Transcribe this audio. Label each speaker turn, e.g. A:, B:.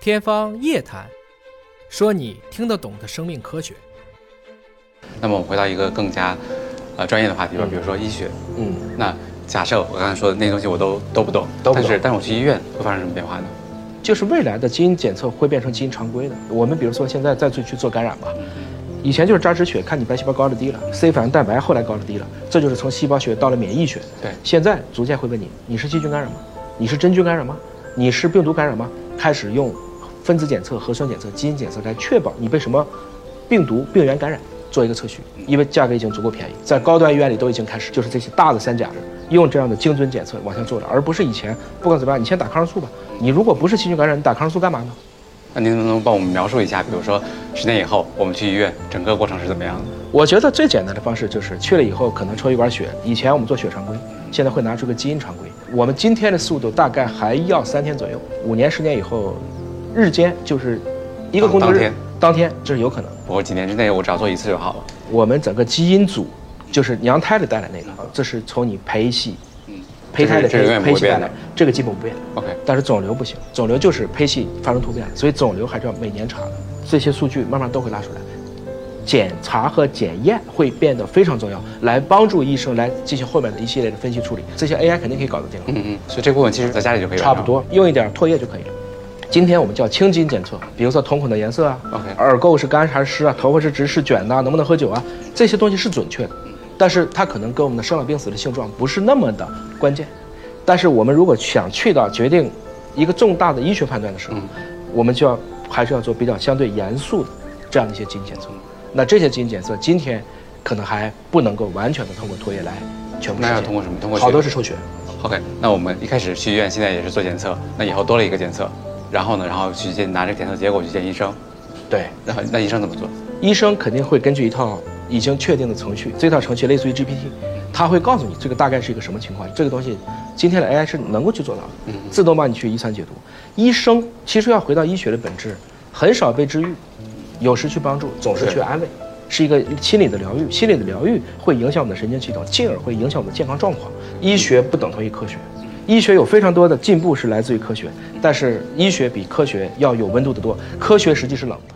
A: 天方夜谭，说你听得懂的生命科学。
B: 那么我们回到一个更加呃专业的话题吧，比如说医学。
C: 嗯，
B: 那假设我刚才说的那些东西我都都不懂，
C: 都不
B: 但是
C: 懂
B: 但是我去医院会发生什么变化呢？
C: 就是未来的基因检测会变成基因常规的。我们比如说现在再去去做感染吧，以前就是扎止血看你白细胞高了低了，C 反应蛋白后来高了低了，这就是从细胞学到了免疫学。
B: 对
C: 现在逐渐会问你，你是细菌感染吗？你是真菌感染吗？你是病毒感染吗？开始用分子检测、核酸检测、基因检测来确保你被什么病毒病原感染做一个测序，因为价格已经足够便宜，在高端医院里都已经开始，就是这些大的三甲用这样的精准检测往下做了，而不是以前不管怎么样，你先打抗生素吧。你如果不是细菌感染，你打抗生素干嘛呢？
B: 那您能不能帮我们描述一下，比如说十年以后我们去医院，整个过程是怎么样的？
C: 我觉得最简单的方式就是去了以后可能抽一管血，以前我们做血常规，现在会拿出个基因常规。我们今天的速度大概还要三天左右，五年十年以后，日间就是一个
B: 当
C: 工作
B: 当
C: 日
B: 天，
C: 当天这是有可能。
B: 不过几年之内我只要做一次就好了。
C: 我们整个基因组就是娘胎里带来那个，这是从你培系
B: 嗯，
C: 胚胎里
B: 这个这个永
C: 胚
B: 远
C: 胚
B: 不会
C: 系带
B: 变
C: 来
B: 的。，
C: 这个基本不变。
B: OK，
C: 但是肿瘤不行，肿瘤就是胚系发生突变了，所以肿瘤还是要每年查的。这些数据慢慢都会拉出来，检查和检验会变得非常重要，来帮助医生来进行后面的一系列的分析处理。这些 AI 肯定可以搞得定了，
B: 嗯嗯，所以这部分其实在家里就可以完
C: 差
B: 成
C: 不。多用一点唾液就可以了。今天我们叫清基因检测，比如说瞳孔的颜色啊
B: OK
C: 耳垢是干还是湿啊，头发是直是卷呐、能不能喝酒啊，这些东西是准确的，但是它可能跟我们的生老病死的性状不是那么的关键。但是我们如果想去到决定一个重大的医学判断的时
B: 嗯
C: 候，我们就要还是要做比较相对严肃的这样的一些基因检测。那这些基因检测今天可能还不能够完全的通过唾液来全部
B: 那
C: 实现，
B: 要通过什么？通过
C: 好
B: 血
C: 多是抽血。
B: OK，那我们一开始去医院，现在也是做检测，那以后多了一个检测，然后呢，然后去见拿这个检测结果去见医生，
C: 对，
B: 然后那医生怎么做？
C: 医生肯定会根据一套已经确定的程序，这套程序类似于 GPT，它会告诉你这个大概是一个什么情况。这个东西今天的 AI 是能够去做到的，自动帮你去遗传解读。医生其实要回到医学的本质，很少被治愈，有时去帮助，总是去安慰。是一个心理的疗愈，心理的疗愈会影响我们的神经系统，进而会影响我们的健康状况。医学不等同于科学，医学有非常多的进步是来自于科学，但是医学比科学要有温度的多，科学实际是冷的。